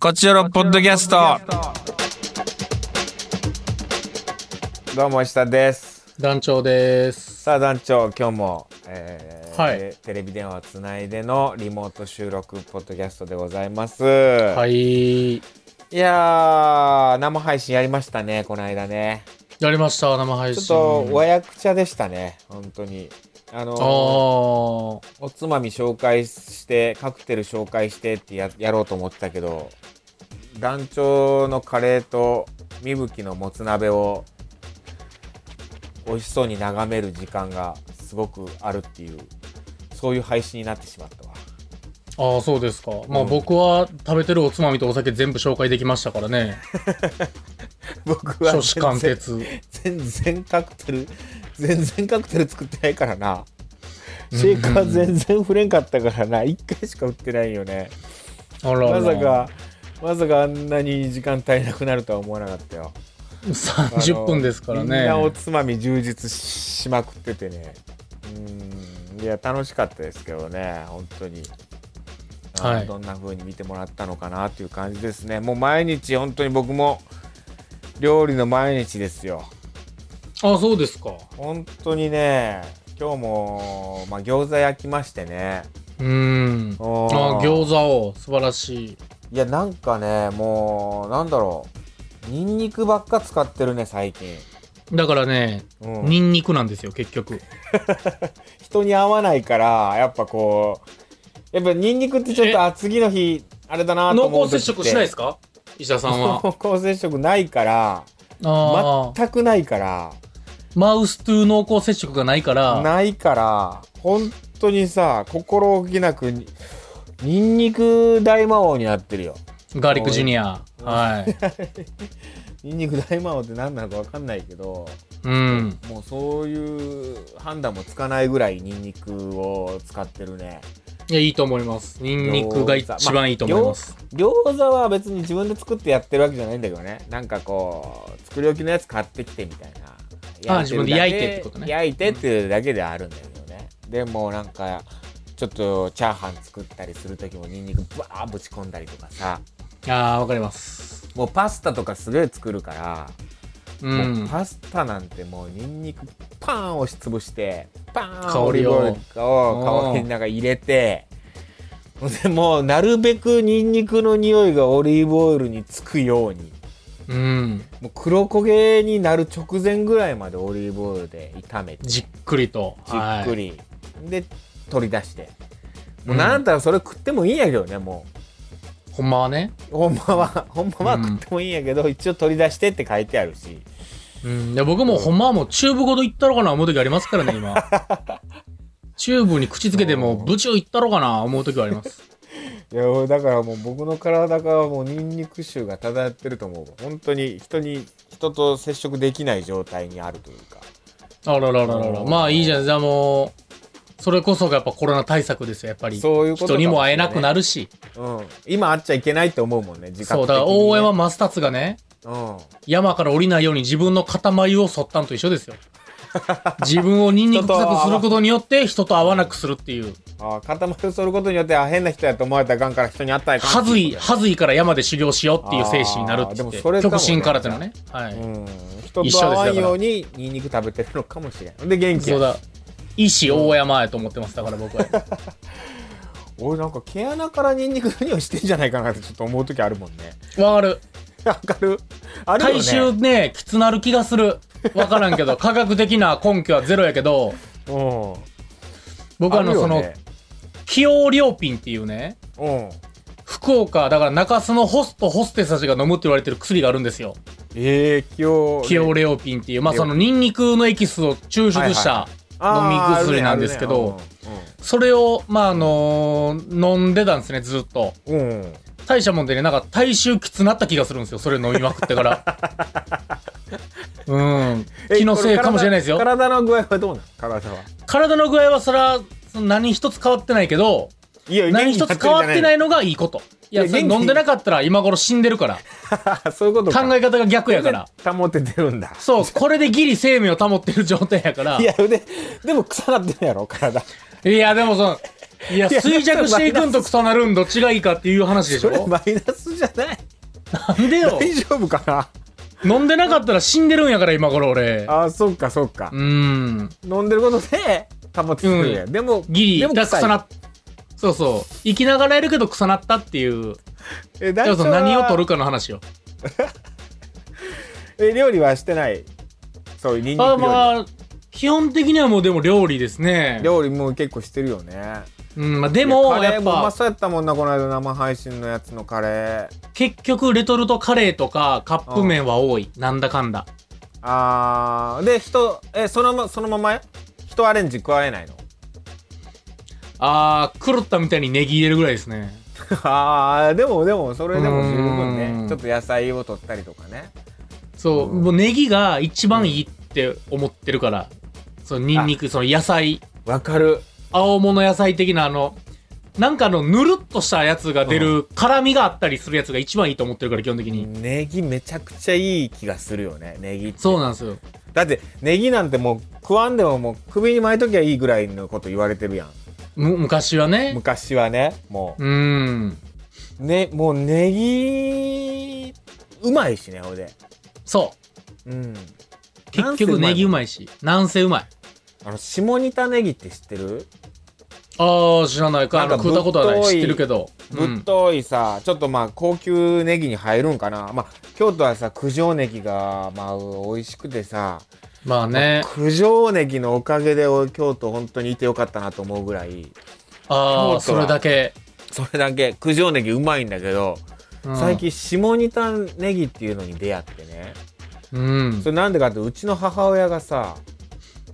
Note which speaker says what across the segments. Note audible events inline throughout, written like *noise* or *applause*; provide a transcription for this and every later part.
Speaker 1: こちらのポッドキャスト。
Speaker 2: どうも石田です。
Speaker 3: 団長です。
Speaker 2: さあ団長、今日も、えー
Speaker 3: はい
Speaker 2: テレビ電話をつないでのリモート収録ポッドキャストでございます。
Speaker 3: はい。
Speaker 2: い、やー、生配信やりましたね、この間ね。
Speaker 3: やりました、生配
Speaker 2: ちょ
Speaker 3: 信。
Speaker 2: っと和訳茶でしたね、本当に。あの
Speaker 3: あー
Speaker 2: おつまみ紹介して、カクテル紹介してってややろうと思ってたけど、団長のカレーとみぶきのもつ鍋を美味しそうに眺める時間がすごくあるっていう、そういう配信になってしまったわ。 *laughs*
Speaker 3: あー、そうですか。まあ、
Speaker 2: うん
Speaker 3: 僕は食べてるおつまみとお酒全部紹介できましたからね。
Speaker 2: 僕は
Speaker 3: 初子貫
Speaker 2: 全然
Speaker 3: 徹。
Speaker 2: 全然カクテル、全然カクテル作ってないからな。シェイカー全然触れんかったからな、1回しか売ってないよね。
Speaker 3: あら
Speaker 2: ま
Speaker 3: ら。
Speaker 2: さか、まさかあんなに時間足りなくなるとは思わなかったよ。あの
Speaker 3: 30分ですから
Speaker 2: みん
Speaker 3: ね。
Speaker 2: なおつまみ充実ししまくっててね。うん。いや、楽しかったですけどね、本当に。あの
Speaker 3: はい
Speaker 2: どんな風に見てもらったのかなという感じですね。もう毎日、本当に僕も、料理の毎日ですよ。
Speaker 3: あ、そうですか。
Speaker 2: 本当にね、今日も、まあ、餃子焼きましてね。
Speaker 3: うーん。あ
Speaker 2: おー
Speaker 3: ー餃子を、素晴らしい。
Speaker 2: いや、なんかね、もう、なんだろう。ニンニクばっか使ってるね、最近。
Speaker 3: だからね、
Speaker 2: うん
Speaker 3: ニンニクなんですよ、結局。
Speaker 2: 人に合わないからやっぱこうやっぱニンニクってちょっとあ次の日あれだなと思
Speaker 3: 濃
Speaker 2: う
Speaker 3: 厚接触しないです
Speaker 2: か
Speaker 3: か医者さ
Speaker 2: *laughs*
Speaker 3: んは。
Speaker 2: 濃厚接触ないから
Speaker 3: あー
Speaker 2: 全くないから
Speaker 3: マウスと濃厚接触がないから。
Speaker 2: ないから本当にさ心置きなくにニンニク大魔王になってるよ
Speaker 3: ガーリックジュニア。はい。
Speaker 2: ニンニク大魔王って何なのか分かんないけど
Speaker 3: うん。
Speaker 2: もうそういう判断もつかないぐらいニンニクを使ってるね
Speaker 3: いや、いいと思います。ニンニクが一番いいと思います。
Speaker 2: 餃子は別に自分で作ってやってるわけじゃないんだけどねなんかこう作り置きのやつ買ってきてみたいな
Speaker 3: あ
Speaker 2: てるだけ
Speaker 3: 自分で焼いてってことね
Speaker 2: 焼いてっていうだけではあるんだけどね、でもなんかちょっとチャーハン作ったりする時もニンニクバーぶち込んだりとかさ
Speaker 3: ああ、わかります。
Speaker 2: もうパスタとかすげえ作るから、
Speaker 3: う。
Speaker 2: もうんパスタなんてもうニンニクパーン押しつぶしてパーン
Speaker 3: 香りを
Speaker 2: オリーブオイルを
Speaker 3: うん
Speaker 2: 香りの中に入れてでもうなるべくニンニクの匂いがオリーブオイルにつくように
Speaker 3: うん。
Speaker 2: もう黒焦げになる直前ぐらいまでオリーブオイルで炒めてじ
Speaker 3: じっくりと。
Speaker 2: っく
Speaker 3: り。
Speaker 2: り、で取り出してもう
Speaker 3: うん
Speaker 2: なんだったらそれ食ってもいいんやけどねも
Speaker 3: ほんまはね。
Speaker 2: うほんまはほんまは
Speaker 3: うん
Speaker 2: 食ってもいいんやけど、一応取り出してって書いてあるし
Speaker 3: うん。で、僕もほんまはもうチューブごといったろかな思う時ありますから
Speaker 2: *laughs*
Speaker 3: ね、今。チューブに口つけても、ブチューいったろかな思う時はあります。
Speaker 2: いや俺だからもう僕の体がもうニンニク臭が漂ってると思う本当に人に人と接触できない状態にあるというか
Speaker 3: あららららら。まあいいじゃん。じゃあもう、それこそがやっぱコロナ対策ですよ、やっぱり。
Speaker 2: そういうことか
Speaker 3: 人にも会えなくな
Speaker 2: る、
Speaker 3: るし。
Speaker 2: うん、今会っちゃいけないって思うもんね時間
Speaker 3: そう、だから大山マスタツがね、
Speaker 2: うん
Speaker 3: 山から降りないように自分の塊を剃ったんと一
Speaker 2: *laughs*
Speaker 3: 緒ですよ。自分をニンニク臭くすることによって人と会わなくするっていう。
Speaker 2: ああ固まるすることによってあ変な人やと思われたらあかんから人に会ったらいかん
Speaker 3: はずい、
Speaker 2: って
Speaker 3: はずいから山で修行しようっていう精神になるって
Speaker 2: あー
Speaker 3: 言っ
Speaker 2: でも
Speaker 3: て。
Speaker 2: それかもね
Speaker 3: 極真空手のね。はい。
Speaker 2: ことねうん人
Speaker 3: 一
Speaker 2: と
Speaker 3: 緒です
Speaker 2: 会わん
Speaker 3: だから
Speaker 2: ようにニンニク食べてるのかもしれんで元気
Speaker 3: そう
Speaker 2: や
Speaker 3: だ。医師大山やと思ってます、だから僕
Speaker 2: *laughs*
Speaker 3: は。
Speaker 2: 俺なんか毛穴からニンニクの匂いしてんじゃないかなってちょっと思う時あるもんね *laughs*
Speaker 3: わかる。
Speaker 2: わかるあるよね
Speaker 3: 体臭ね、きつなる気がする。わからん
Speaker 2: *laughs*
Speaker 3: けど、科学的な根拠はゼロやけど、
Speaker 2: うん
Speaker 3: 僕はあの、
Speaker 2: るよ
Speaker 3: その
Speaker 2: ね、
Speaker 3: 起用料品っていうね、
Speaker 2: うん
Speaker 3: 福岡、だから中洲のホスト、ホステスたちが飲むって言われてる薬があるんですよ。
Speaker 2: ええ気を
Speaker 3: キオレオピンっていう、まあ、そのニンニクのエキスを抽出した、飲み薬なんですけど、それを、まあ、あのー飲んでたんですね、ずっと。
Speaker 2: あーあるねあるねうんうん
Speaker 3: 大したもんでね、なんか体臭きつなった気がするんですよ、それ飲みまくって *laughs* から。うん。
Speaker 2: え
Speaker 3: 気のせいかもしれないですよ。
Speaker 2: こ体体の具合はどうなの体は
Speaker 3: 体の具合はそら、その何一つ変わってないけど、
Speaker 2: いや
Speaker 3: 何一つ変わってないのがいいこと。いや、
Speaker 2: いや
Speaker 3: それ
Speaker 2: 元気
Speaker 3: 飲んでなかったら今頃死んでるから。
Speaker 2: の *laughs* そういうことか
Speaker 3: 考え方が逆やから。
Speaker 2: 保ててるんだ
Speaker 3: そう、これでギリ生命を保ってる状態やから。
Speaker 2: いや、で、でも臭なってるやろ、体。
Speaker 3: いや、でもその、いや、衰弱していくんと草なるんどっちがいいかっていう話でし
Speaker 2: それ
Speaker 3: ょ
Speaker 2: マイナスじゃない
Speaker 3: なんでよ
Speaker 2: 大丈夫かな
Speaker 3: 飲んでなかったら死んでるんやから今頃俺。
Speaker 2: あーそっかそっか
Speaker 3: う、ん。
Speaker 2: 飲んでることで保つてるんや、
Speaker 3: う
Speaker 2: でもで
Speaker 3: ギリ、
Speaker 2: も
Speaker 3: だ草
Speaker 2: 臭い
Speaker 3: なっ、そうそう。生きながらやるけど草なったっていう。
Speaker 2: え
Speaker 3: だから
Speaker 2: 団
Speaker 3: そ
Speaker 2: 長
Speaker 3: の何を取
Speaker 2: は
Speaker 3: るかの話よ。
Speaker 2: え料理はしてないそういうニンニク料
Speaker 3: あ
Speaker 2: 理、
Speaker 3: まあ、基本的にはもうでも料理ですね。
Speaker 2: 料理も結構してるよね
Speaker 3: うん、まあで
Speaker 2: い
Speaker 3: も、
Speaker 2: やカレ
Speaker 3: や
Speaker 2: ー
Speaker 3: っ
Speaker 2: もうま
Speaker 3: ぱ、
Speaker 2: そうやったもんなこの間生配信のやつのカレー
Speaker 3: 結局レトルトカレーとかカップ麺は多い。なんだかんだ。
Speaker 2: あーで人えそのまそのままよ人アレンジ加えないの *laughs*
Speaker 3: あー、狂ったみたいにネギ入れるぐらいですね。
Speaker 2: あーでもでもそれでも十分
Speaker 3: う
Speaker 2: ね
Speaker 3: ん
Speaker 2: ちょっと野菜を取ったりとかね
Speaker 3: そう、
Speaker 2: うん
Speaker 3: もうネギが一番いいって思ってるから。そのニンニク、その野菜、
Speaker 2: わかる
Speaker 3: 青物野菜的なあの、なんかあの、ぬるっとしたやつが出る、辛みがあったりするやつが一番いいと思ってるから、基本的に。
Speaker 2: ネギめちゃくちゃいい気がするよねネギって
Speaker 3: そうなんですよ。
Speaker 2: だってネギなんてもう食わんでももう首に巻いときゃいいぐらいのこと言われてるやん
Speaker 3: む昔はね。
Speaker 2: 昔はねも
Speaker 3: うーん。
Speaker 2: うねもうネギうまいしねほいで
Speaker 3: そ
Speaker 2: うん
Speaker 3: う。結局ネギうまいし。なんせうまい。
Speaker 2: あの下仁田ネギって知ってる
Speaker 3: あー、知らないか。あ
Speaker 2: な
Speaker 3: の、
Speaker 2: んか
Speaker 3: 食ったことはない。
Speaker 2: ぶっとい
Speaker 3: 知ってるけど。う
Speaker 2: ぶっ
Speaker 3: ん。
Speaker 2: といさ、ちょっとまあ高級ネギに入るんかなまあ京都はさ九条ネギがまあ美味しくてさ、
Speaker 3: まあね。
Speaker 2: 九条ネギのおかげでお京都本当にいてよかったなと思うぐらい
Speaker 3: あー、
Speaker 2: 京都
Speaker 3: そ
Speaker 2: は
Speaker 3: れだけ。
Speaker 2: それだけ九条ネギうまいんだけど、
Speaker 3: うん
Speaker 2: 最。近下仁田ネギっていうのに出会ってね
Speaker 3: うん
Speaker 2: そ。れなんでかってうちの母親がさ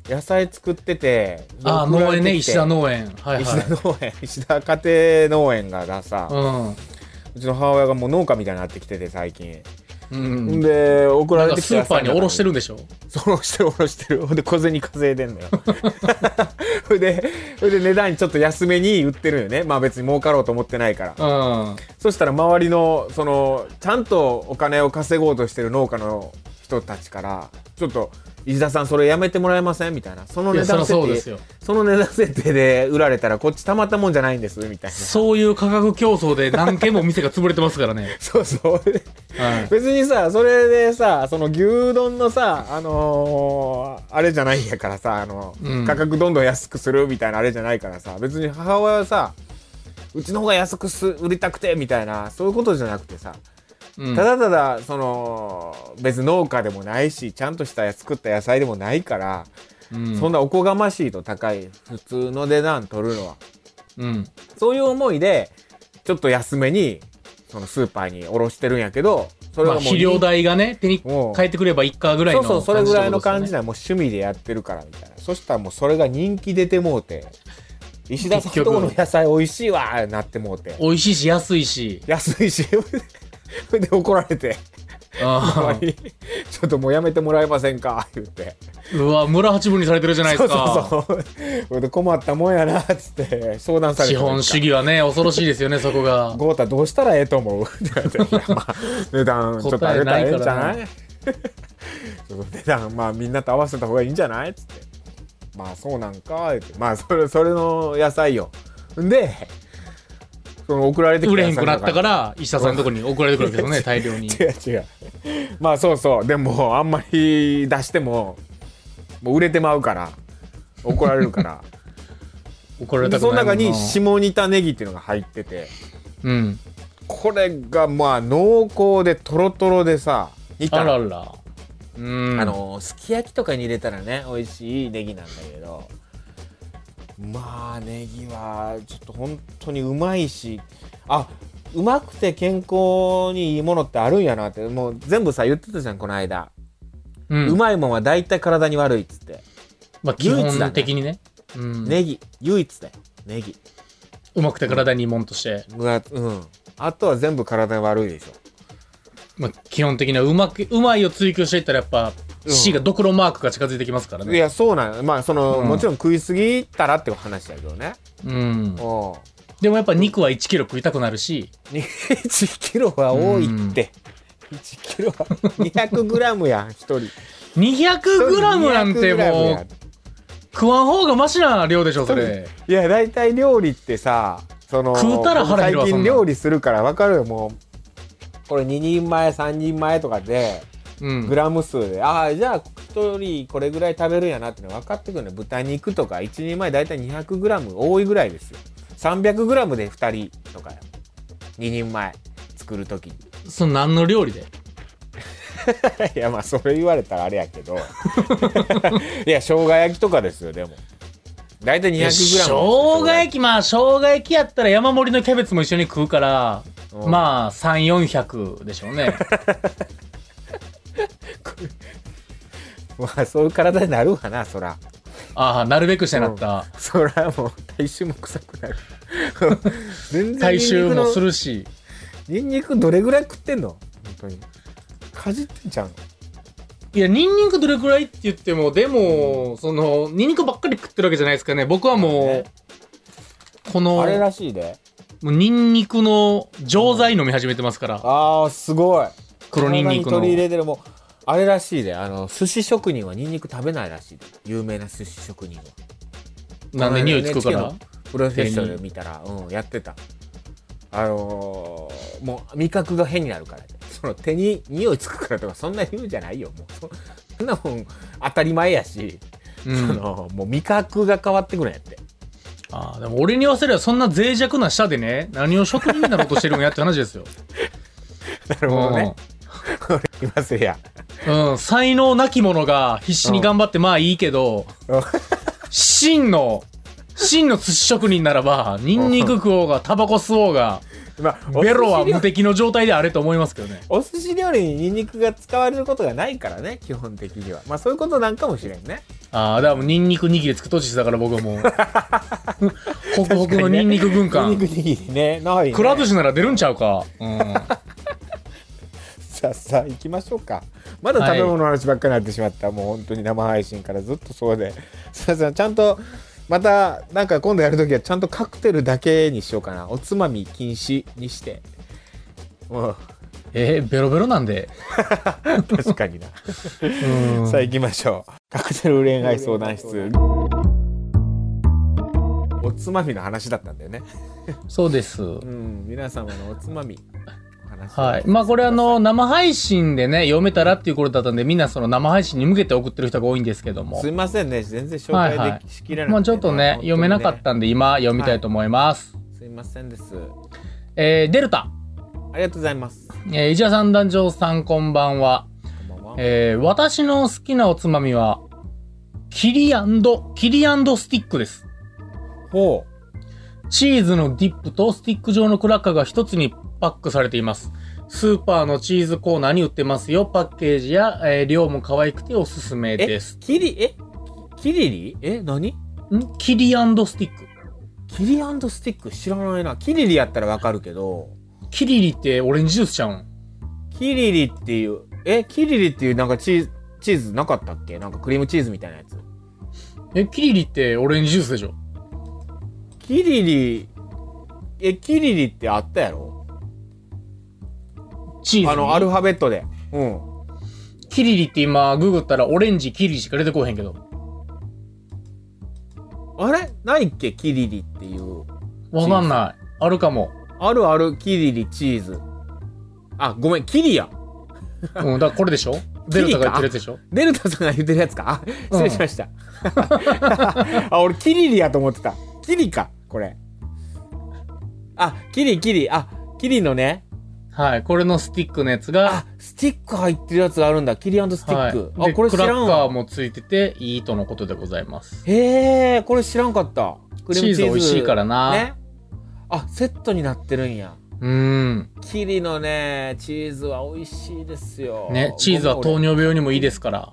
Speaker 2: 野菜作ってて
Speaker 3: あー、
Speaker 2: 送ら
Speaker 3: 農
Speaker 2: れ
Speaker 3: 園ね。
Speaker 2: てきて
Speaker 3: 石田農園。はい
Speaker 2: 石
Speaker 3: は
Speaker 2: 田農園石田家庭農園がさ、
Speaker 3: い。
Speaker 2: うちの母親がもう農家みたいになってきてて最近、
Speaker 3: うん。うん。
Speaker 2: で送ら
Speaker 3: なん
Speaker 2: れ
Speaker 3: か
Speaker 2: てき
Speaker 3: ス
Speaker 2: た
Speaker 3: ーパーにおろして
Speaker 2: る
Speaker 3: るんでしょ
Speaker 2: おろしてるおろしてるほんで小銭稼いでんのよ *laughs* ほいでほいで値段ちょっと安めに売ってるよねまあ別に儲かろうと思ってないから
Speaker 3: うん。
Speaker 2: そしたら周りのそのちゃんとお金を稼ごうとしてる農家の人たちからちょっと石田さんそれやめてもらえませんみたいなその
Speaker 3: い
Speaker 2: 値
Speaker 3: や、そり
Speaker 2: 段
Speaker 3: ゃそうで
Speaker 2: 設
Speaker 3: す
Speaker 2: 定
Speaker 3: よ。
Speaker 2: その値段設定で売られたらこっちたまったもんじゃないんですみたいな。
Speaker 3: そういう価格競争で何軒も店が潰れてますから
Speaker 2: *laughs*
Speaker 3: ね
Speaker 2: そうそう
Speaker 3: はい
Speaker 2: 別にさそれでさその牛丼のさあのーあれじゃないんやからさ、あの
Speaker 3: うん
Speaker 2: 価格どんどん安くするみたいなあれじゃないからさ別に母親はさうちの方が安くす売りたくてみたいなそういうことじゃなくてさ、
Speaker 3: うん
Speaker 2: ただただその別に農家でもないしちゃんとした作った野菜でもないから、
Speaker 3: うん
Speaker 2: そんなおこがましいと高い普通の値段取るのは
Speaker 3: うん。
Speaker 2: そういう思いでちょっと安めにそのスーパーに卸してるんやけどそれ
Speaker 3: ま
Speaker 2: は
Speaker 3: あ、
Speaker 2: もう
Speaker 3: 肥料代がね、手に
Speaker 2: もう
Speaker 3: 変えてくればいいかぐらいの
Speaker 2: そうそうそれぐらいの感じ
Speaker 3: だ。
Speaker 2: なんもう趣味でやってるからみたいなそしたらもうそれが人気出てもうて石田さん
Speaker 3: 結局
Speaker 2: とこの野菜美味しいわーなってもうて
Speaker 3: 美味しいし、安いし。
Speaker 2: 安いし *laughs* で怒られて
Speaker 3: あ
Speaker 2: *laughs* 周りにちょっともうやめてもらえませんか言って
Speaker 3: ーうわ、村八分にされてるじゃないで
Speaker 2: そう
Speaker 3: すか。
Speaker 2: そうそうそれで困ったもんやなっつって相談されて
Speaker 3: 資本主義はね、恐ろしいですよね、そこが。
Speaker 2: 豪太どうしたらええと思う *laughs* って言われていやまあ値段ちょっと上げたらええんじゃないちょっと値段まあみんなと合わせた方がいいんじゃないっつってまあそうなんかってまあそれそれの野菜よでその送られてきた
Speaker 3: 売れへんくなったからら、石田さんのとこに送られてくるわけ
Speaker 2: *laughs*
Speaker 3: ですよね、大量に。
Speaker 2: 違う違うまあそうそうでもあんまり出してももう売れてまうから怒られるから
Speaker 3: *laughs* 怒られ
Speaker 2: で
Speaker 3: たく
Speaker 2: そ
Speaker 3: ない
Speaker 2: の中
Speaker 3: もん
Speaker 2: に
Speaker 3: な
Speaker 2: 下仁田ネギっていうのが入ってて
Speaker 3: うん。
Speaker 2: これがまあ濃厚でトロトロでさ煮た
Speaker 3: あらら。うん。
Speaker 2: あ、のすき焼きとかに入れたらね美味しいネギなんだけどまあネギはちょっと本当にうまいしあうまくて健康にいいものってあるんやなってもう全部さ言ってたじゃんこの間、
Speaker 3: う。
Speaker 2: うんまいもんは大体体に悪いっつって、
Speaker 3: まあ、基
Speaker 2: 唯一だね
Speaker 3: 本的にね。うん。
Speaker 2: ネギ唯一だよネギ
Speaker 3: うまくて体にいいもんとして。
Speaker 2: うわうんあとは全部体に悪いでしょ
Speaker 3: まあ、基本的にはうまく、うまいを追求していったらやっぱ、
Speaker 2: うん
Speaker 3: C がドクロマークが近づいてきますから
Speaker 2: い
Speaker 3: ね。
Speaker 2: やそうなんやまあその、
Speaker 3: うん
Speaker 2: もちろん食いすぎたらって話だけどね
Speaker 3: うん。
Speaker 2: お
Speaker 3: でもやっぱ肉は1キロ食いたくなるし、
Speaker 2: 1キロは多いって。1キロは200グラムや、1人。
Speaker 3: 200グラムなんて
Speaker 2: 100グラム
Speaker 3: も
Speaker 2: や
Speaker 3: う、食わん方がマシな量でしょそれ
Speaker 2: いや大体料理ってさその
Speaker 3: 食うたら腹減るわ
Speaker 2: 最
Speaker 3: そん
Speaker 2: 近
Speaker 3: なん
Speaker 2: 料理するから分かるよもうこれ2人前3人前とかで
Speaker 3: うん
Speaker 2: グラム数でああじゃあ1人これぐらい食べるんやなっての分かってくるね豚肉とか1人前大体 200g 多いぐらいですよ 300g で2人とかよ2人前作る時に
Speaker 3: その何の料理で
Speaker 2: *laughs* いやまあそれ言われたらあれやけど *laughs* いや生姜焼きとかですよでも大体 200g
Speaker 3: 生姜焼きまあ生姜焼きやったら山盛りのキャベツも一緒に食うから
Speaker 2: うん
Speaker 3: まあ3400でしょう
Speaker 2: *laughs*
Speaker 3: ね
Speaker 2: *laughs* まあそういう体になるわなそら
Speaker 3: ああなるべくしてなった
Speaker 2: そらもう体臭も臭くなる *laughs* 全然
Speaker 3: 大衆もす
Speaker 2: る
Speaker 3: るし
Speaker 2: ニンニクどれぐらい食ってんの本当にかじってんじゃん
Speaker 3: いやニンニクどれくらいって言ってもでもそのニンニクばっかり食ってるわけじゃないですかね僕はも
Speaker 2: ね
Speaker 3: うこの
Speaker 2: あれらしいで
Speaker 3: もうニンニクの錠剤飲み始めてますから
Speaker 2: ああすごい
Speaker 3: 黒ニンニク
Speaker 2: 体に
Speaker 3: の
Speaker 2: 取り入れてるもうあれらしいであの寿司職人はニンニク食べないらしいで有名な寿司職人は
Speaker 3: なんで匂いつくから
Speaker 2: この間 NHK のプロフェッショナル見たら、うん、やってたあのーもう味覚が変になるからその手に匂いつくからとかそんな言うんじゃないよもうそそんなもん当たり前やし、
Speaker 3: う
Speaker 2: そ
Speaker 3: ん
Speaker 2: のもう味覚が変わってくるんやって
Speaker 3: あーでも俺に言わせればそんな脆弱な舌でね何を職人になろうとしてるんやって話ですよ
Speaker 2: なるほどね、いますや *laughs*
Speaker 3: うん、うん、才能なき者が必死に頑張ってまあいいけど
Speaker 2: うん
Speaker 3: 真の真の寿司職人ならばニンニク食おうがタバコ吸おうが
Speaker 2: まあ
Speaker 3: ベロは
Speaker 2: お寿司料
Speaker 3: 無敵の状態であれと思いますけどね
Speaker 2: お寿司料理にニンニクが使われることがないからね基本的にはまあそういうことなんかもしれんね
Speaker 3: ああだからもうニンニク握りつくとちだから僕
Speaker 2: *laughs*
Speaker 3: はもうホクホクのニンニク
Speaker 2: ニ
Speaker 3: 軍
Speaker 2: ン
Speaker 3: 艦
Speaker 2: ニク握りねないね
Speaker 3: くら寿司なら出るんちゃうか、うん
Speaker 2: さあさあ行きましょうかまだ食べ物の話ばっかりになってしまった、もう本当に生配信からずっとそうですいませんちゃんとまたなんか今度やるときはちゃんとカクテルだけにしようかなおつまみ禁止にしてもう
Speaker 3: えー、ベロベロなんで。
Speaker 2: 確かにな
Speaker 3: うん
Speaker 2: さあ行きましょうカクテル恋愛相談室おつまみの話だったんだよね
Speaker 3: そうです。
Speaker 2: うん皆様のおつまみお話を
Speaker 3: はい。まあこれあの、生配信でね、読めたらっていう頃だったんで、みんなその生配信に向けて送ってる人が多いんですけども
Speaker 2: すい。ませんね全然紹
Speaker 3: はいはい
Speaker 2: 介できしきれなくて、
Speaker 3: まあちょっとね、
Speaker 2: 本当に
Speaker 3: 読めなかったんで、今読みたいと思います。
Speaker 2: すいませんです
Speaker 3: えー、デルタ。
Speaker 2: ありがとうございますこ
Speaker 3: えー、石田さん、団長さん、こんばんは。
Speaker 2: んばんは
Speaker 3: えー、私の好きなおつまみは、キリアンド、キリアンドスティックです。
Speaker 2: ほ
Speaker 3: チーズのディップとスティック状のクラッカーが一つにパックされています。スーパーのチーズコーナーに売ってますよ。パッケージや、えー量も可愛くておすすめ
Speaker 2: うえ
Speaker 3: です。
Speaker 2: キリえキリリえ何
Speaker 3: んキリアンドスティック。
Speaker 2: キリアンドスティック知らないなキリリやったらわかるけど
Speaker 3: キリリってオレンジジュースちゃうん
Speaker 2: キリリっていうえキリリっていうなんかチーズチーズなかったっけなんかクリームチーズみたいなやつ
Speaker 3: え、キリリってオレンジジュースでしょ
Speaker 2: キリリえキリリってあったやろ
Speaker 3: チーズに。
Speaker 2: あのアルファベットでうん
Speaker 3: キリリって今、ググったらオレンジキリリしか出てこへんけど。
Speaker 2: あれないっけキリリっていう
Speaker 3: わかんない。あるかも。
Speaker 2: あるあるキリリチーズあごめんキリや
Speaker 3: うん、だからこれ
Speaker 2: *laughs*
Speaker 3: でしょデルタが言ってるやつでしょ
Speaker 2: デルタさんが言ってるやつかあ失礼しました、 *laughs* あ俺キリリやと思ってたキリかこれあキリキリあキリのね
Speaker 3: はい。これのスティックのやつが
Speaker 2: あ、スティック入ってるやつがあるんだキリスティック、
Speaker 3: はい、で
Speaker 2: あこれ知
Speaker 3: クラ
Speaker 2: らん
Speaker 3: ッカー
Speaker 2: わ
Speaker 3: もついてていいとのことでございます
Speaker 2: へえこれ知らんかったクリーム
Speaker 3: チーズ美味しいからな
Speaker 2: ねあセットになってるんや
Speaker 3: うーん
Speaker 2: キリのねチーズは美味しいですよ
Speaker 3: ねチーズは
Speaker 2: ごめん
Speaker 3: 糖尿病にもいいですから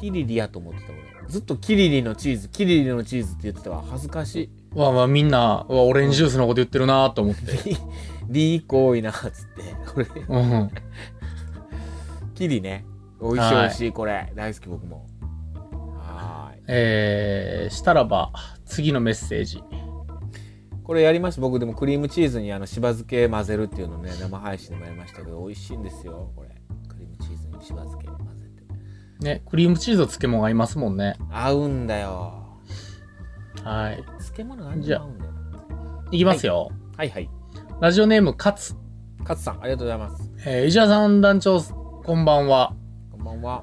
Speaker 2: キリリやと思ってた俺ずっとキリリのチーズキリリのチーズって言ってたわ恥ずかし
Speaker 3: わあわあみんなうわオレンジジュースのこと言ってるなと思って
Speaker 2: いリーコ多いなっつって *laughs* これ
Speaker 3: うん
Speaker 2: キリね美味しい
Speaker 3: はい
Speaker 2: 美味しいこれ大好き僕もはーい
Speaker 3: えー、したらば次のメッセージ
Speaker 2: これやりました僕でもクリームチーズにあのしば漬け混ぜるっていうのね生配信でもやりましたけど美味しいんですよこれクリームチーズにしば漬け混ぜて
Speaker 3: ね、クリームチーズと漬物合いますもんね。
Speaker 2: 合うんだよ
Speaker 3: はい。
Speaker 2: 漬物が合うん
Speaker 3: じ
Speaker 2: だ
Speaker 3: ゃあ
Speaker 2: よ
Speaker 3: いきますよ。
Speaker 2: はいはい
Speaker 3: ラジオネーム、カツ。
Speaker 2: 勝さんありがとうございます
Speaker 3: えー、石田さん団長、こんばんは。
Speaker 2: こんばんは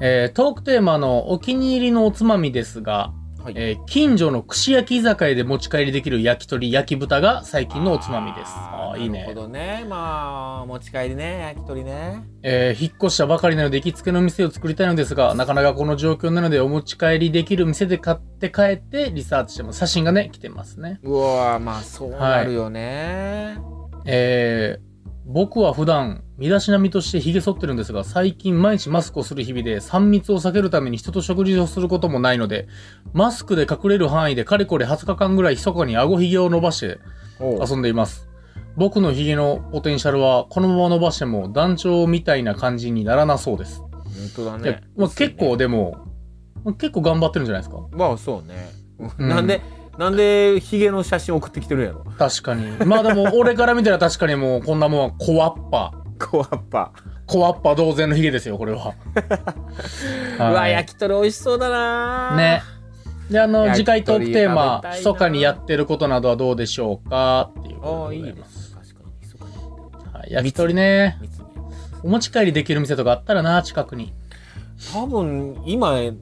Speaker 3: えー、トークテーマのお気に入りのおつまみですが、
Speaker 2: はい、
Speaker 3: えー、近所の串焼き居酒屋で持ち帰りできる焼き鳥、焼き豚が最近のおつまみです。ああー、いい
Speaker 2: なる
Speaker 3: ね
Speaker 2: ほ。どねまあ持ち帰りね焼き鳥ね
Speaker 3: えー、引っ越したばかりなので行きつけの店を作りたいのですが、なかなかこの状況なのでお持ち帰りできる店で買って帰ってリサーチしても写真がね、来てますね。
Speaker 2: うわーまあそうなるよね、
Speaker 3: えー、僕は普段、身だしなみとして髭剃ってるんですが、最近毎日マスクをする日々で、3密を避けるために人と食事をすることもないので、マスクで隠れる範囲でかれこれ20日間ぐらい密かに顎ひげを伸ばして
Speaker 2: おう
Speaker 3: 遊んでいます。僕のヒゲのポテンシャルは、このまま伸ばしても団長みたいな感じにならなそうです。
Speaker 2: 本当だ
Speaker 3: いや
Speaker 2: ね
Speaker 3: まあ、結構でも、まあ結構頑張ってるんじゃないですか
Speaker 2: まあそうね、
Speaker 3: うん
Speaker 2: なんでなんでヒゲの写真送ってきてるんやろ
Speaker 3: *laughs* 確かにまあ
Speaker 2: *laughs*
Speaker 3: でも俺から見たら確かにもうこんなもんはコアッパ
Speaker 2: コアッパ、
Speaker 3: コアッパ同然のヒゲですよこ
Speaker 2: *laughs*
Speaker 3: れははいう
Speaker 2: わ焼き鳥美味しそうだなー
Speaker 3: ねであの
Speaker 2: 焼き
Speaker 3: 次回トークテーマ
Speaker 2: 鳥食べたいな
Speaker 3: 密かにやってることなどはどうでしょうかっていう
Speaker 2: あ
Speaker 3: こ
Speaker 2: あ
Speaker 3: と
Speaker 2: い
Speaker 3: で
Speaker 2: い
Speaker 3: ござい
Speaker 2: で
Speaker 3: ます
Speaker 2: す確かにそうか
Speaker 3: はい、焼き鳥ね
Speaker 2: 密に
Speaker 3: お持ち帰りできる店とかあったらな近くに
Speaker 2: 多分今言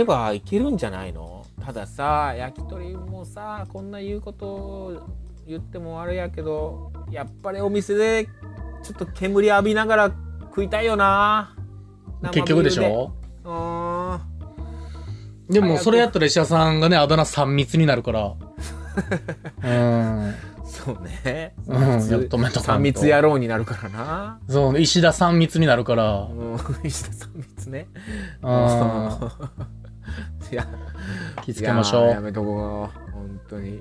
Speaker 2: えばいけるんじゃないのたださ焼き鳥もさこんな言うこと言ってもあれやけどやっぱりお店でちょっと煙浴びながら食いたいよな
Speaker 3: 結局でしょ
Speaker 2: 生ビールでうーん
Speaker 3: でもそれやったら石田さんがねあだ名3密になるから
Speaker 2: *laughs*
Speaker 3: うん
Speaker 2: そうね、
Speaker 3: うんやっとめとかんと
Speaker 2: 三密野郎になるからな
Speaker 3: そう石田3密になる
Speaker 2: *laughs*
Speaker 3: から
Speaker 2: うん石田三密ね
Speaker 3: うん
Speaker 2: *laughs* いや
Speaker 3: 気付けましょ
Speaker 2: いやや
Speaker 3: う。
Speaker 2: めとこう本当に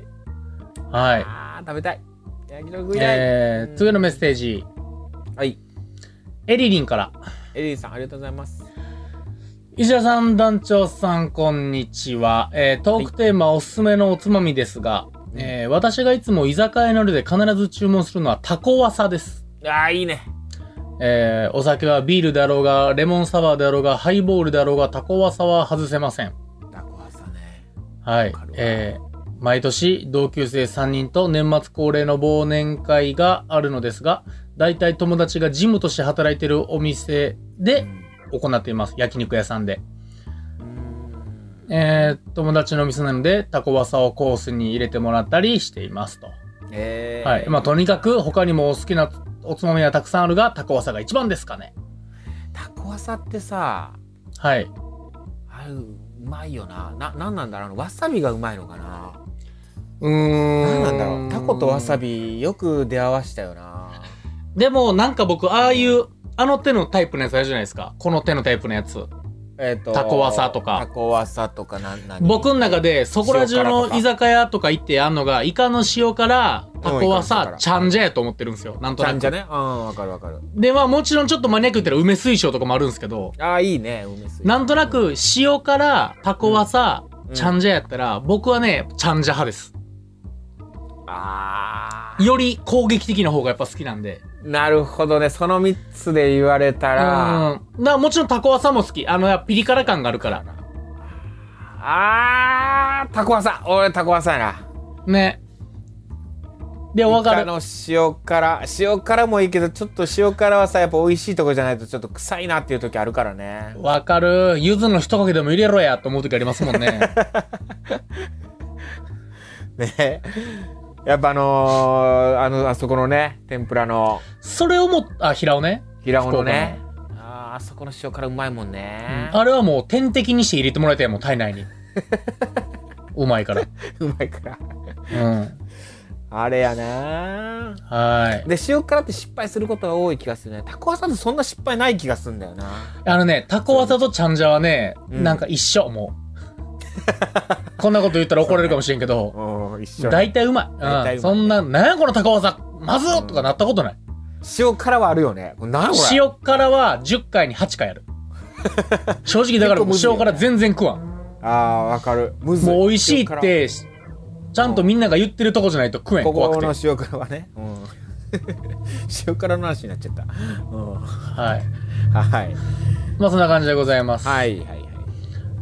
Speaker 3: はい。
Speaker 2: あー食べたい焼き鳥食いたい、
Speaker 3: えー、次のメッセージ。
Speaker 2: はい
Speaker 3: エリリンから。
Speaker 2: エリーさんありがとうございます
Speaker 3: 石田さん、団長さん、こんにちは。えー、トークテーマ、おすすめのおつまみですが、
Speaker 2: うん
Speaker 3: えー、私がいつも居酒屋などで必ず注文するのはタコワサです。
Speaker 2: ああいいね
Speaker 3: えー、お酒はビールであろうが、レモンサワーであろうが、ハイボールであろうが、タコワサは外せません。
Speaker 2: タコハサね
Speaker 3: はい
Speaker 2: わかるわ。
Speaker 3: えー毎年同級生3人と年末恒例の忘年会があるのですが、大体友達がジムとして働いてるお店で行っています。焼肉屋さんで。
Speaker 2: うん
Speaker 3: えー友達のお店なので、タコワサをコースに入れてもらったりしていますと。
Speaker 2: えー、
Speaker 3: はい。まあ、とにかく他にもお好きなおつまみはたくさんあるが、タコワサが一番ですかね。
Speaker 2: タコハサってさ
Speaker 3: はい。
Speaker 2: あれうまいよなななんなんだろうあのわさびがうまいのかな
Speaker 3: うー
Speaker 2: なんなんだろうタコとわさ
Speaker 3: び。
Speaker 2: びよく出会わしたよ
Speaker 3: *laughs*
Speaker 2: な
Speaker 3: でも、なんか僕、ああいう、あの手のタイプのやつあるじゃないですか。この手のタイプのやつ。
Speaker 2: えっ、と
Speaker 3: タコワサとか
Speaker 2: タコワサとかなん何
Speaker 3: 僕の中でそこら中の居酒屋とか行ってあんのがイカの塩辛タコ
Speaker 2: う
Speaker 3: は
Speaker 2: んイカの塩辛
Speaker 3: さちゃんじゃやと思ってるんですよなんと
Speaker 2: ちゃ
Speaker 3: なんく
Speaker 2: じゃねうんわかるわかる
Speaker 3: でまあもちろんちょっとマニアック言ったら梅水晶とかもあるんですけど
Speaker 2: ああいいね梅水
Speaker 3: なんとなく塩辛タコはさ
Speaker 2: うん
Speaker 3: ちゃんじゃやったら僕はねちゃんじゃ派です
Speaker 2: ああ
Speaker 3: より攻撃的な方がやっぱ好きなんで
Speaker 2: なるほどねその3つで言われた
Speaker 3: うんだ
Speaker 2: ら
Speaker 3: からもちろんタコはさも好きあのピリ辛感があるから
Speaker 2: あータコワサ俺タコワサやな
Speaker 3: ねでわか
Speaker 2: イカ
Speaker 3: る
Speaker 2: の塩辛塩辛もいいけどちょっと塩辛はさやっぱ美味しいとこじゃないとちょっと臭いなっていう時あるからね
Speaker 3: わかる柚子の一かけでも入れろやと思う時ありますもん
Speaker 2: *laughs*
Speaker 3: ね
Speaker 2: ね *laughs* やっぱあのーあのあそこのね天ぷらの
Speaker 3: それをもあ平尾ね
Speaker 2: 平尾のねあーあそこの塩辛うまいもんね、
Speaker 3: あれはもう点滴にして入れてもらいたいもん体
Speaker 2: *laughs*
Speaker 3: 内にうまいから
Speaker 2: うまいから
Speaker 3: うん
Speaker 2: あれやな
Speaker 3: はい
Speaker 2: で塩辛って失敗することが多い気がするねタコワサってそんな失敗ない気がするんだよな
Speaker 3: あのねタコワサとチャンジャはね、
Speaker 2: うん
Speaker 3: なんか一緒もうこんなこと言ったら怒られるかもしれんけど
Speaker 2: うん一緒
Speaker 3: 大体うまい,、うん、
Speaker 2: 大体うまい
Speaker 3: そんな「なんやこのタコワサまずっ!」とかなったことない、
Speaker 2: 塩辛はあるよねこれ何これ
Speaker 3: 塩辛は10回に8回や
Speaker 2: *laughs*
Speaker 3: る正直だからも
Speaker 2: 結構
Speaker 3: う
Speaker 2: むずいよね
Speaker 3: 塩辛全然食わん
Speaker 2: あーわかるむず
Speaker 3: もう美味しいっ
Speaker 2: 塩辛
Speaker 3: てちゃんとみんなが言ってるとこじゃないと食えん
Speaker 2: こ
Speaker 3: 怖
Speaker 2: こ
Speaker 3: くて
Speaker 2: の塩辛はね、うん *laughs* 塩辛の話になっちゃった。うん
Speaker 3: はい。
Speaker 2: はい。
Speaker 3: まあそんな感じでございます。
Speaker 2: はいはいはい。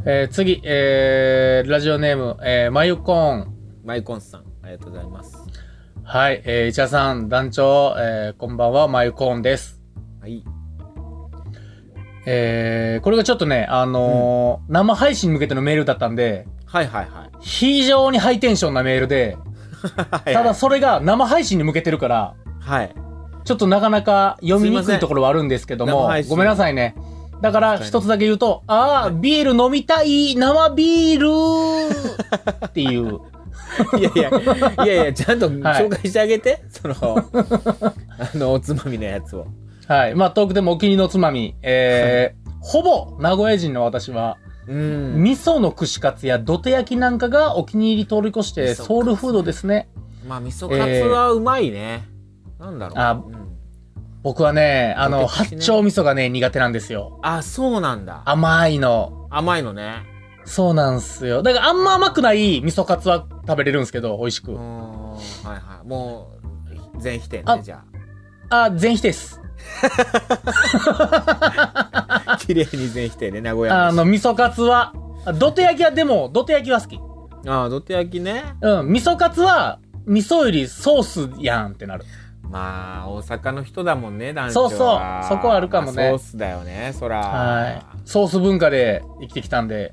Speaker 3: えー次、えーラジオネーム、えーマユコーン。
Speaker 2: マイコンさん、ありがとうございます。
Speaker 3: はい、えー、イチャさん、団長、えーこんばんは、マユコーンです。
Speaker 2: はい。
Speaker 3: えーこれがちょっとね、あのー生配信に向けてのメールだったんで、
Speaker 2: はいはいはい。
Speaker 3: 非常にハイテンションなメールで、 *laughs* ただそれが生配信に向けてるから、
Speaker 2: はい。
Speaker 3: ちょっとなかなか読
Speaker 2: す
Speaker 3: みに
Speaker 2: いま
Speaker 3: く
Speaker 2: せ
Speaker 3: い
Speaker 2: ん
Speaker 3: ところはあるんですけども
Speaker 2: 生配、信
Speaker 3: ごめんなさいね。だから一つだけ言うと、ああ、ビール飲みたい、生ビールーっていう。
Speaker 2: いやいや、いやいや、ちゃんと
Speaker 3: はい
Speaker 2: 紹介してあげて、その、あの、おつまみのやつを。
Speaker 3: はい。まあ、トークでもお気に入りのつまみ。えー、ほぼ名古屋人の私は、
Speaker 2: うん。
Speaker 3: 味噌の串カツや土手焼きなんかがお気に入り通り越して
Speaker 2: 味噌カツ
Speaker 3: ソウルフードですね。
Speaker 2: まあ、味噌カツはうまいね。なんだろう。
Speaker 3: あ
Speaker 2: うん
Speaker 3: 僕はね、あの、
Speaker 2: 僕的
Speaker 3: 八
Speaker 2: ね
Speaker 3: 丁味噌がね、苦手なんですよ。
Speaker 2: あ、そうなんだ。
Speaker 3: 甘いの。
Speaker 2: 甘いのね。
Speaker 3: そうなんすよ。だからあんま甘くない味噌カツは食べれるんですけど、美味し
Speaker 2: うー
Speaker 3: く。
Speaker 2: ん。はいはい。もう、全否定
Speaker 3: あ
Speaker 2: ね、じゃ
Speaker 3: あ、全否定です。
Speaker 2: あ。綺麗に全否定ね、名古
Speaker 3: あ
Speaker 2: 屋
Speaker 3: の、味噌カツは、あ土手焼きはでも、土手焼きは好き。
Speaker 2: 飯。ああ、どて焼きね。
Speaker 3: うん、味噌カツは、味噌よりソースやんってなる。
Speaker 2: まあ、大阪の人だもんね、男女
Speaker 3: そうそうそこあるかもね
Speaker 2: ソースだよね、そら。
Speaker 3: はい。ソース文化で生きてきたんで。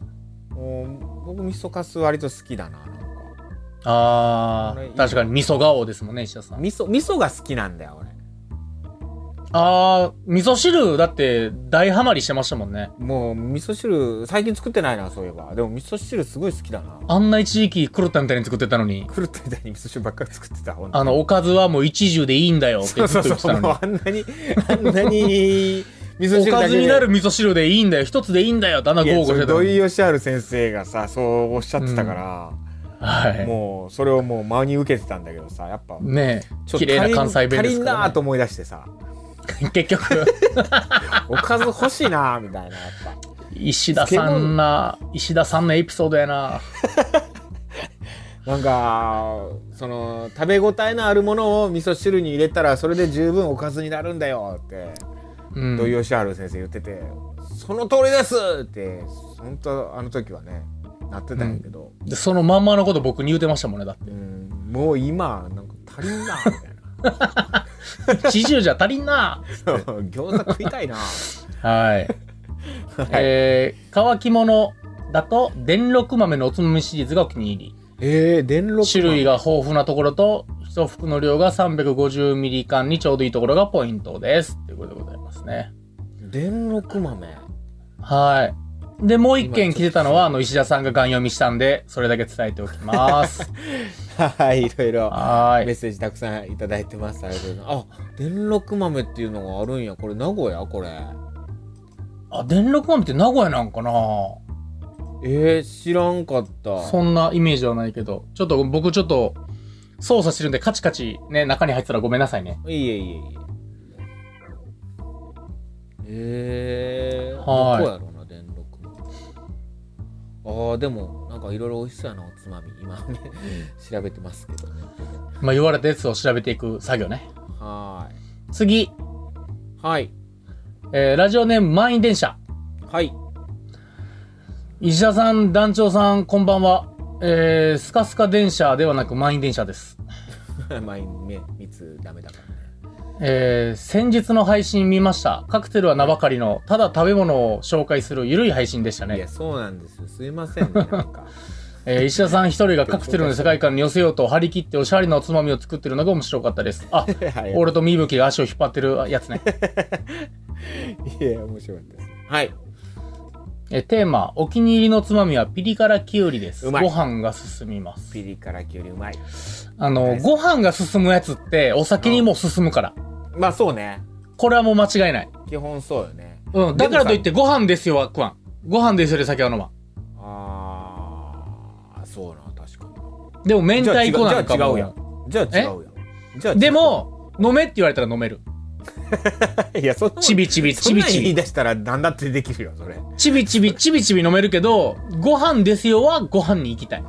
Speaker 2: もう僕味噌かす割と好きだななんか
Speaker 3: あ
Speaker 2: これいい
Speaker 3: あ、確かに味噌顔ですもんね、石田さん。
Speaker 2: 味噌味噌が好きなんだよ俺
Speaker 3: ああ、味噌汁だって大ハマりしてましたもんね。
Speaker 2: もう味噌汁最近作ってないなそういえばでも味噌汁すごい好きだな
Speaker 3: あんな一時期狂ったみたいに作ってたのに、
Speaker 2: 狂ったみたいに味噌汁ばっかり作ってたほん
Speaker 3: あの、おかずはもう一重でいいんだよって
Speaker 2: そう
Speaker 3: ず
Speaker 2: そ
Speaker 3: っ
Speaker 2: う
Speaker 3: と言っ
Speaker 2: そ
Speaker 3: てた
Speaker 2: う
Speaker 3: の
Speaker 2: も
Speaker 3: に
Speaker 2: う。あんなにあんなに味噌
Speaker 3: お
Speaker 2: 汁
Speaker 3: か
Speaker 2: だけ
Speaker 3: ず
Speaker 2: で
Speaker 3: になる味噌汁でいいんだよ。一つでいいんだよ。だんだん
Speaker 2: いや
Speaker 3: 豪語してたの
Speaker 2: 土
Speaker 3: に。
Speaker 2: 井善晴先生がさそうおっしゃってたから、
Speaker 3: はい。
Speaker 2: もうそれをもう真に受けてたんだけどさやっぱ
Speaker 3: ね
Speaker 2: ち
Speaker 3: え。
Speaker 2: ょっと
Speaker 3: 綺麗な関西弁で
Speaker 2: 足り
Speaker 3: す
Speaker 2: ん
Speaker 3: か
Speaker 2: な
Speaker 3: ら、
Speaker 2: ーと
Speaker 3: ね。
Speaker 2: 思い出してさ
Speaker 3: 結局、
Speaker 2: おかず欲しいなーみたいなやっぱ
Speaker 3: 石田さんな、石田さんのエピソードやな。
Speaker 2: なんかその食べ応えのあるものを味噌汁に入れたらそれで十分おかずになるんだよって
Speaker 3: うん。
Speaker 2: 土井善治先生言ってて「その通りです!」って本当あの時はねなってたんやけど、
Speaker 3: でそのまんまのこと僕に言うてましたもんね、だって
Speaker 2: うん。もう今なんか足りんなみたいな *laughs*
Speaker 3: 一重じゃ足りんな
Speaker 2: そう *laughs* 餃子食いたいな
Speaker 3: *laughs* はい。えー、乾き物だと、電力豆のおつまみシリーズがお気に入
Speaker 2: えー、電
Speaker 3: り。
Speaker 2: 力
Speaker 3: 種類
Speaker 2: が
Speaker 3: が豊富なところと、一服の量が 350ml 缶にちょうどいいところがポイントです。ということでございますね。
Speaker 2: 電力豆
Speaker 3: はい。で、もう一件来てたのは、あの、石田さんがガン読みしたんで、それだけ伝えておき *laughs* ます。
Speaker 2: はいいろいろ
Speaker 3: は
Speaker 2: メッ
Speaker 3: い。
Speaker 2: セージたくさんいただいてますありがとうございますあ電力豆っていうのがあるんやこれ名古屋これ
Speaker 3: あ、電力豆って名古屋なんかな
Speaker 2: えー、知らんかった
Speaker 3: そんなイメージはないけど、ちょっと僕ちょっと操作してるんでカチカチね、中に入ってたらごめんなさいね。
Speaker 2: いえいえいえ。えー、
Speaker 3: はい
Speaker 2: どこやろな、電力も。ああ、でも、なんかいろいろ美味しそうやな、おつまみ。今ね、調べてますけどね。
Speaker 3: まあ言われたやつを調べていく作業ね。
Speaker 2: はーい。
Speaker 3: 次、
Speaker 2: はい。
Speaker 3: えー、ラジオネーム満員電車。
Speaker 2: はい。 *laughs*
Speaker 3: 石田さん、団長さん、こんばんは。えー、スカスカ電車ではなく満員電車です。
Speaker 2: 前に目、蜜ダメだからね。
Speaker 3: えー、先日の配信見ました。カクテルは名ばかりの、ただ食べ物を紹介するゆるい配信でした
Speaker 2: いや、
Speaker 3: ね。
Speaker 2: そうなんですよ。すいませ *laughs* んね、なんか。
Speaker 3: えー、石田さん一人がカクテルの世界観に寄せようと張り切っておしゃれなおつまみを作ってるのが面白かったです。
Speaker 2: *laughs*
Speaker 3: あ、
Speaker 2: はい。
Speaker 3: 俺とみぶきが足を引っ張ってるやつね。
Speaker 2: いや、面白かったです。はい。
Speaker 3: えテーマ、お気に入りのつまみはピリ辛きゅうりです。
Speaker 2: うまい
Speaker 3: ご飯が進みます
Speaker 2: ピ。リ辛きゅうりうまい。
Speaker 3: あ
Speaker 2: 大
Speaker 3: の、
Speaker 2: 好き
Speaker 3: ご飯が進むやつってお酒にも進むから。
Speaker 2: まあそうね。
Speaker 3: これはもう間違いない。
Speaker 2: 基本そうよね。
Speaker 3: うん。だからといってご飯ですよは食わん。ご飯ですよで酒は飲まん。
Speaker 2: ああ、そうな、確かに。
Speaker 3: でも明太子なんか
Speaker 2: じゃあ違
Speaker 3: も
Speaker 2: う。じゃあ違うやん。じゃあ違う
Speaker 3: で、も、飲めって言われたら飲める。
Speaker 2: *laughs* いや、そっ
Speaker 3: ちびちび、ちびち
Speaker 2: 言い
Speaker 3: び。
Speaker 2: 出したら何だってできるよ、それ。
Speaker 3: ちびちび、ちびちび飲めるけど、ご飯ですよはご飯に行きたい。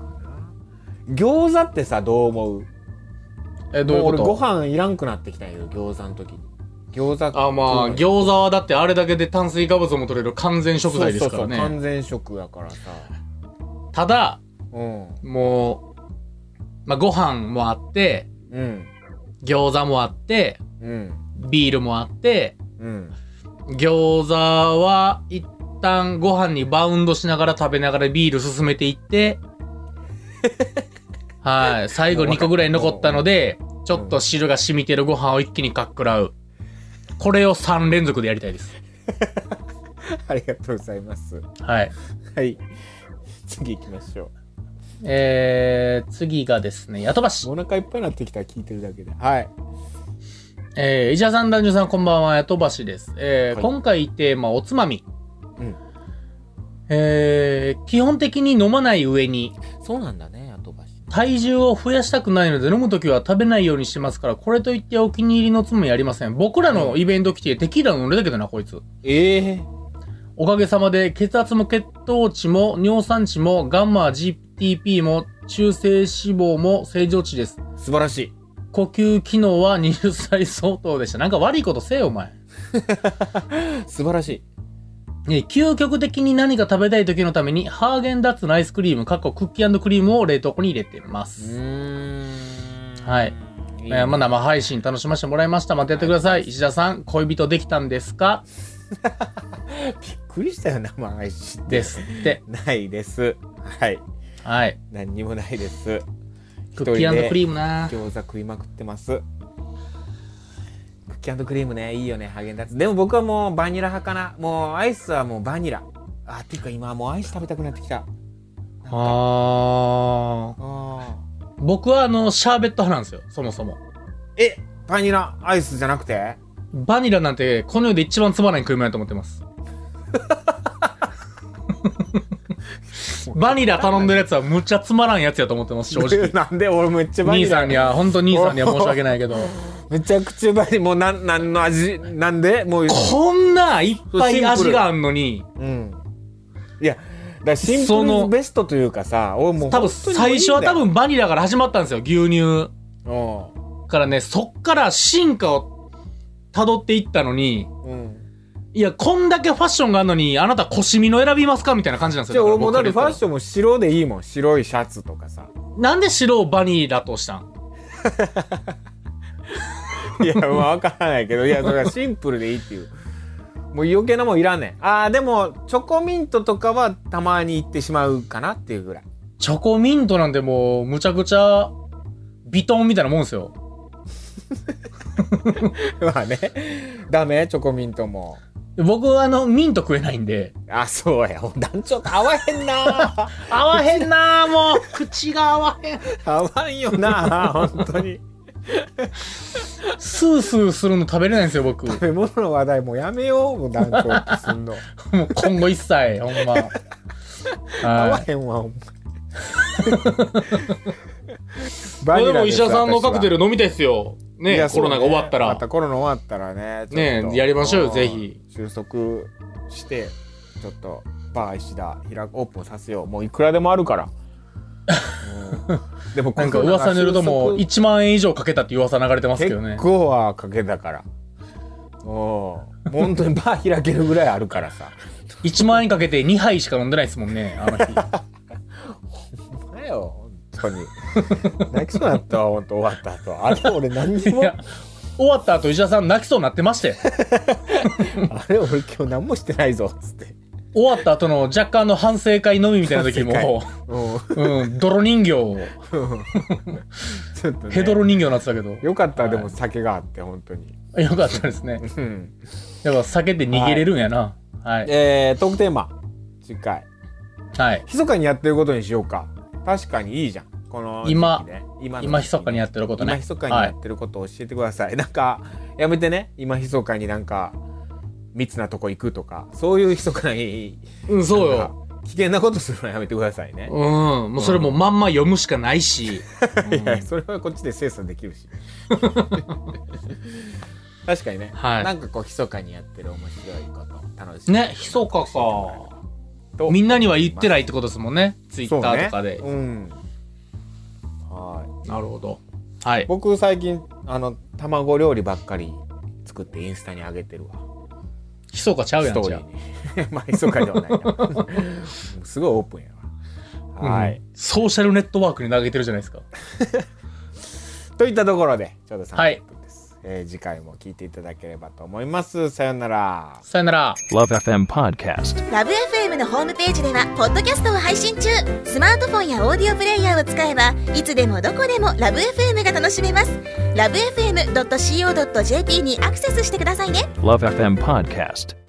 Speaker 2: 餃子ってさ、どう思う
Speaker 3: え、どういうこ
Speaker 2: もう
Speaker 3: と
Speaker 2: 俺ご飯いらんくなってきたんよ餃子の時に餃子
Speaker 3: あ、まあ、
Speaker 2: 子
Speaker 3: 餃子はだってあれだけで炭水化物も取れる完全食材ですからね。
Speaker 2: 完全食やからさ
Speaker 3: ただ、
Speaker 2: うん
Speaker 3: もう、まあ、ご飯もあって、
Speaker 2: うん
Speaker 3: 餃子もあって、
Speaker 2: うん
Speaker 3: ビールもあって、
Speaker 2: うん *laughs*
Speaker 3: 餃子は一旦ご飯にバウンドしながら食べながらビール進めてい
Speaker 2: *laughs*
Speaker 3: って、はい、最後2個ぐらい残ったので、ちょっと汁が染みてるご飯を一気にかっくらう。これを3連続でやりたいです。
Speaker 2: ありがとうございます
Speaker 3: はい。
Speaker 2: はい *laughs* 次行きましょ
Speaker 3: えー、次がですね、雇ばし
Speaker 2: う。お腹いっぱいになってきたら聞いてるだけではい
Speaker 3: えー、石田さん、男女さん、こんばんは、雇ばしです。えー
Speaker 2: はい
Speaker 3: 今回テーマ、おつまみ。
Speaker 2: うん
Speaker 3: えー、基本的に飲まない上に、
Speaker 2: そうなんだね後橋
Speaker 3: 体重を増やしたくないので飲むときは食べないようにしてますから、これといってお気に入りのつまみありません。僕らのイベント来てテキーラ飲んでたけどな、こいつ。
Speaker 2: ええ
Speaker 3: おかげさまで血圧も血糖値も尿酸値もガンマ GTP も中性脂肪も正常値です。
Speaker 2: 素晴らしい
Speaker 3: 呼吸機能は20歳相当でした。なんか悪いことせえよ、お前。
Speaker 2: 素晴らしい
Speaker 3: ね究極的に何か食べたい時のために、ハーゲンダッツのアイスクリーム、かっこクッキークリームを冷凍庫に入れてま
Speaker 2: う
Speaker 3: す。
Speaker 2: ーん
Speaker 3: はい
Speaker 2: いいね
Speaker 3: えーまあ、生配信楽しませてもらいました。またやってください。
Speaker 2: はい
Speaker 3: 石田さん、恋人できたんですか
Speaker 2: びっくりしたよ生配信って
Speaker 3: ですって。
Speaker 2: ないですはい
Speaker 3: *laughs* はい。
Speaker 2: 何にもないです
Speaker 3: クッキ
Speaker 2: 一人
Speaker 3: ー
Speaker 2: で
Speaker 3: クリームな
Speaker 2: 餃子食いまくってますクッキークリームねいいよねハーゲンダッツでも僕はもうバニラ派かなもうアイスはもうバニラあっていうか今はもうアイス食べたくなってきたなんか
Speaker 3: あー。
Speaker 2: あ
Speaker 3: 僕はあの、シャーベット派なんですよ。そもそも。
Speaker 2: ーえバニラアイスじゃなくて
Speaker 3: バニラなんて、この世で一番つまらない食い物だと思ってます。 *laughs* バニラ頼んでるやつはむっちゃつまらんやつやと思ってます、正 *laughs* 直。
Speaker 2: *laughs* なんで俺めっちゃバニ
Speaker 3: 兄
Speaker 2: ラ
Speaker 3: さんには、本当兄さんには申し訳ないけど。
Speaker 2: めちゃくちゃバニラもうなんなんの味なんでもう
Speaker 3: *laughs* こんないっぱい味があんのに、
Speaker 2: うんいやだからシンプ
Speaker 3: そ
Speaker 2: ル
Speaker 3: の
Speaker 2: イズベストというかさ俺もう
Speaker 3: 多分
Speaker 2: 本当に
Speaker 3: 最初は多
Speaker 2: もういいん
Speaker 3: 分バニラから始まったんですよ、牛乳。
Speaker 2: だよ
Speaker 3: からね、そっから進化を辿っていったのに、
Speaker 2: うんうん
Speaker 3: いや、こんだけファッションがあるのに、あなた腰身の選びますかみたいな感じなんです
Speaker 2: じゃ
Speaker 3: よ。
Speaker 2: あ俺もだって
Speaker 3: 僕
Speaker 2: フ
Speaker 3: か
Speaker 2: ァ
Speaker 3: ら
Speaker 2: ッションも白でいいもん白いシャツとかさ
Speaker 3: 言ったらなんで白をバニラとしたん
Speaker 2: *laughs* いや、まあ、わからないけど、いや、それはシンプルでいいっていう。もう余計なもんいらんねん。ああ、でも、チョコミントとかはたまに行ってしまうかなっていうぐらい。
Speaker 3: *laughs* チョコミントなんてもう、むちゃくちゃ、ビトンみたいなもんですよ。
Speaker 2: まあね。ダメチョコミントも。
Speaker 3: 僕はあの、ミント食えないんで。
Speaker 2: あ、そうや。団長と合わへんな
Speaker 3: *laughs* 合わへんなーもう、口が合わへん。
Speaker 2: 合わんよな本当に。
Speaker 3: スースーするの食べれないんですよ、僕。 *laughs* も
Speaker 2: 食べ物の話題もうやめよう。もう団長ってすんの。
Speaker 3: う今後一切、ほん
Speaker 2: *laughs*
Speaker 3: ま。
Speaker 2: 合わ
Speaker 3: はい。
Speaker 2: へんわ、お前。 *laughs*
Speaker 3: ま
Speaker 2: バ
Speaker 3: あ
Speaker 2: ニ
Speaker 3: で
Speaker 2: ラ
Speaker 3: も
Speaker 2: で
Speaker 3: 石
Speaker 2: す
Speaker 3: 田さんのカクテ
Speaker 2: 私は
Speaker 3: ル飲みたいっすよ。
Speaker 2: い
Speaker 3: ね
Speaker 2: や、
Speaker 3: コロナが終わった
Speaker 2: そうね
Speaker 3: ら
Speaker 2: ま。たコロナ終わったらね。
Speaker 3: ね
Speaker 2: ちょっと
Speaker 3: やりましょうよ
Speaker 2: ん
Speaker 3: ぜひ
Speaker 2: 収束して、ちょっと、バー石田、開く、オープンさせよう。もういくらでもある
Speaker 3: *laughs*
Speaker 2: から。うんでも、
Speaker 3: なんか噂によるともう
Speaker 2: コロナが収
Speaker 3: 1万円以上かけたっていう噂流れてますけど
Speaker 2: 束
Speaker 3: ね
Speaker 2: 結。構はかけたから。うん本当にバー開けるぐらいあるからさ。
Speaker 3: 1万円かけて2杯しか飲んでないですも
Speaker 2: *laughs*
Speaker 3: んね、あの日。
Speaker 2: お前よ、本当に。泣きそうになったわ、本当終わった後。あれ、俺何に
Speaker 3: い
Speaker 2: も、
Speaker 3: や、終わった後石田さん泣きそうになってましたよ。
Speaker 2: あれ、俺今日何もしてないぞ、つって。
Speaker 3: 終わった後の若干の反省会のみみたいな時も、 *laughs*
Speaker 2: うん
Speaker 3: うん、泥人形を、
Speaker 2: ちょっとね
Speaker 3: ヘドロ人形になってたけど、
Speaker 2: よかった、でも酒があって、本当に。
Speaker 3: よかったですね。
Speaker 2: うん。
Speaker 3: やっぱ避けて逃げれるんやな。はい。
Speaker 2: えー、トークテーマ、次回。
Speaker 3: はい。
Speaker 2: 密かにやってることにしようか。確かにいいじゃん。この時期
Speaker 3: 今
Speaker 2: ね、今の時期ね、
Speaker 3: 今、密かにやってること
Speaker 2: 今、
Speaker 3: ね。
Speaker 2: 密かにやってることを教えてください。 *laughs* なんか、やめてね。今、密かになんか、密なとこ行くとか、そういう密かに、
Speaker 3: うん、そう
Speaker 2: なん
Speaker 3: よ。
Speaker 2: か危険なことするのはやめてくださいね。
Speaker 3: うん、もうそれもうまんま読むしかないし。
Speaker 2: *laughs* いや、それはこっちで精査できるし。 *laughs* 確かにね、
Speaker 3: はい
Speaker 2: なんかこう、密かにやってる面白いこと、楽しい。
Speaker 3: ね、ひそかか。みんなには言ってないってことですもんね。ツイッターとかで。
Speaker 2: そうねうん。は
Speaker 3: なるほど。はい。
Speaker 2: 僕最近あの卵料理ばっかり作ってインスタに上げてるわ
Speaker 3: ひそかちゃうや
Speaker 2: スト
Speaker 3: ん、
Speaker 2: ー
Speaker 3: じ
Speaker 2: リ
Speaker 3: ゃあ
Speaker 2: ーに *laughs* まあ密かではない
Speaker 3: *laughs*
Speaker 2: なすごいオープンや
Speaker 3: う
Speaker 2: わ
Speaker 3: ん
Speaker 2: はい、
Speaker 3: ソーシャルネットワークに投げてるじゃないですか。
Speaker 2: といったところでちょうど
Speaker 3: はい
Speaker 2: 30分です、えー次回も聞いていただければと思いますさよなら
Speaker 3: さよなら。
Speaker 1: Love FM Podcast.
Speaker 4: ラブ f m のホームページではポッドキャストを配信中スマートフォンやオーディオプレイヤーを使えばいつでもどこでもラブ f m が楽しめますラブ FM.co.jp にアクセスしてくださいね
Speaker 1: Love FM Podcast.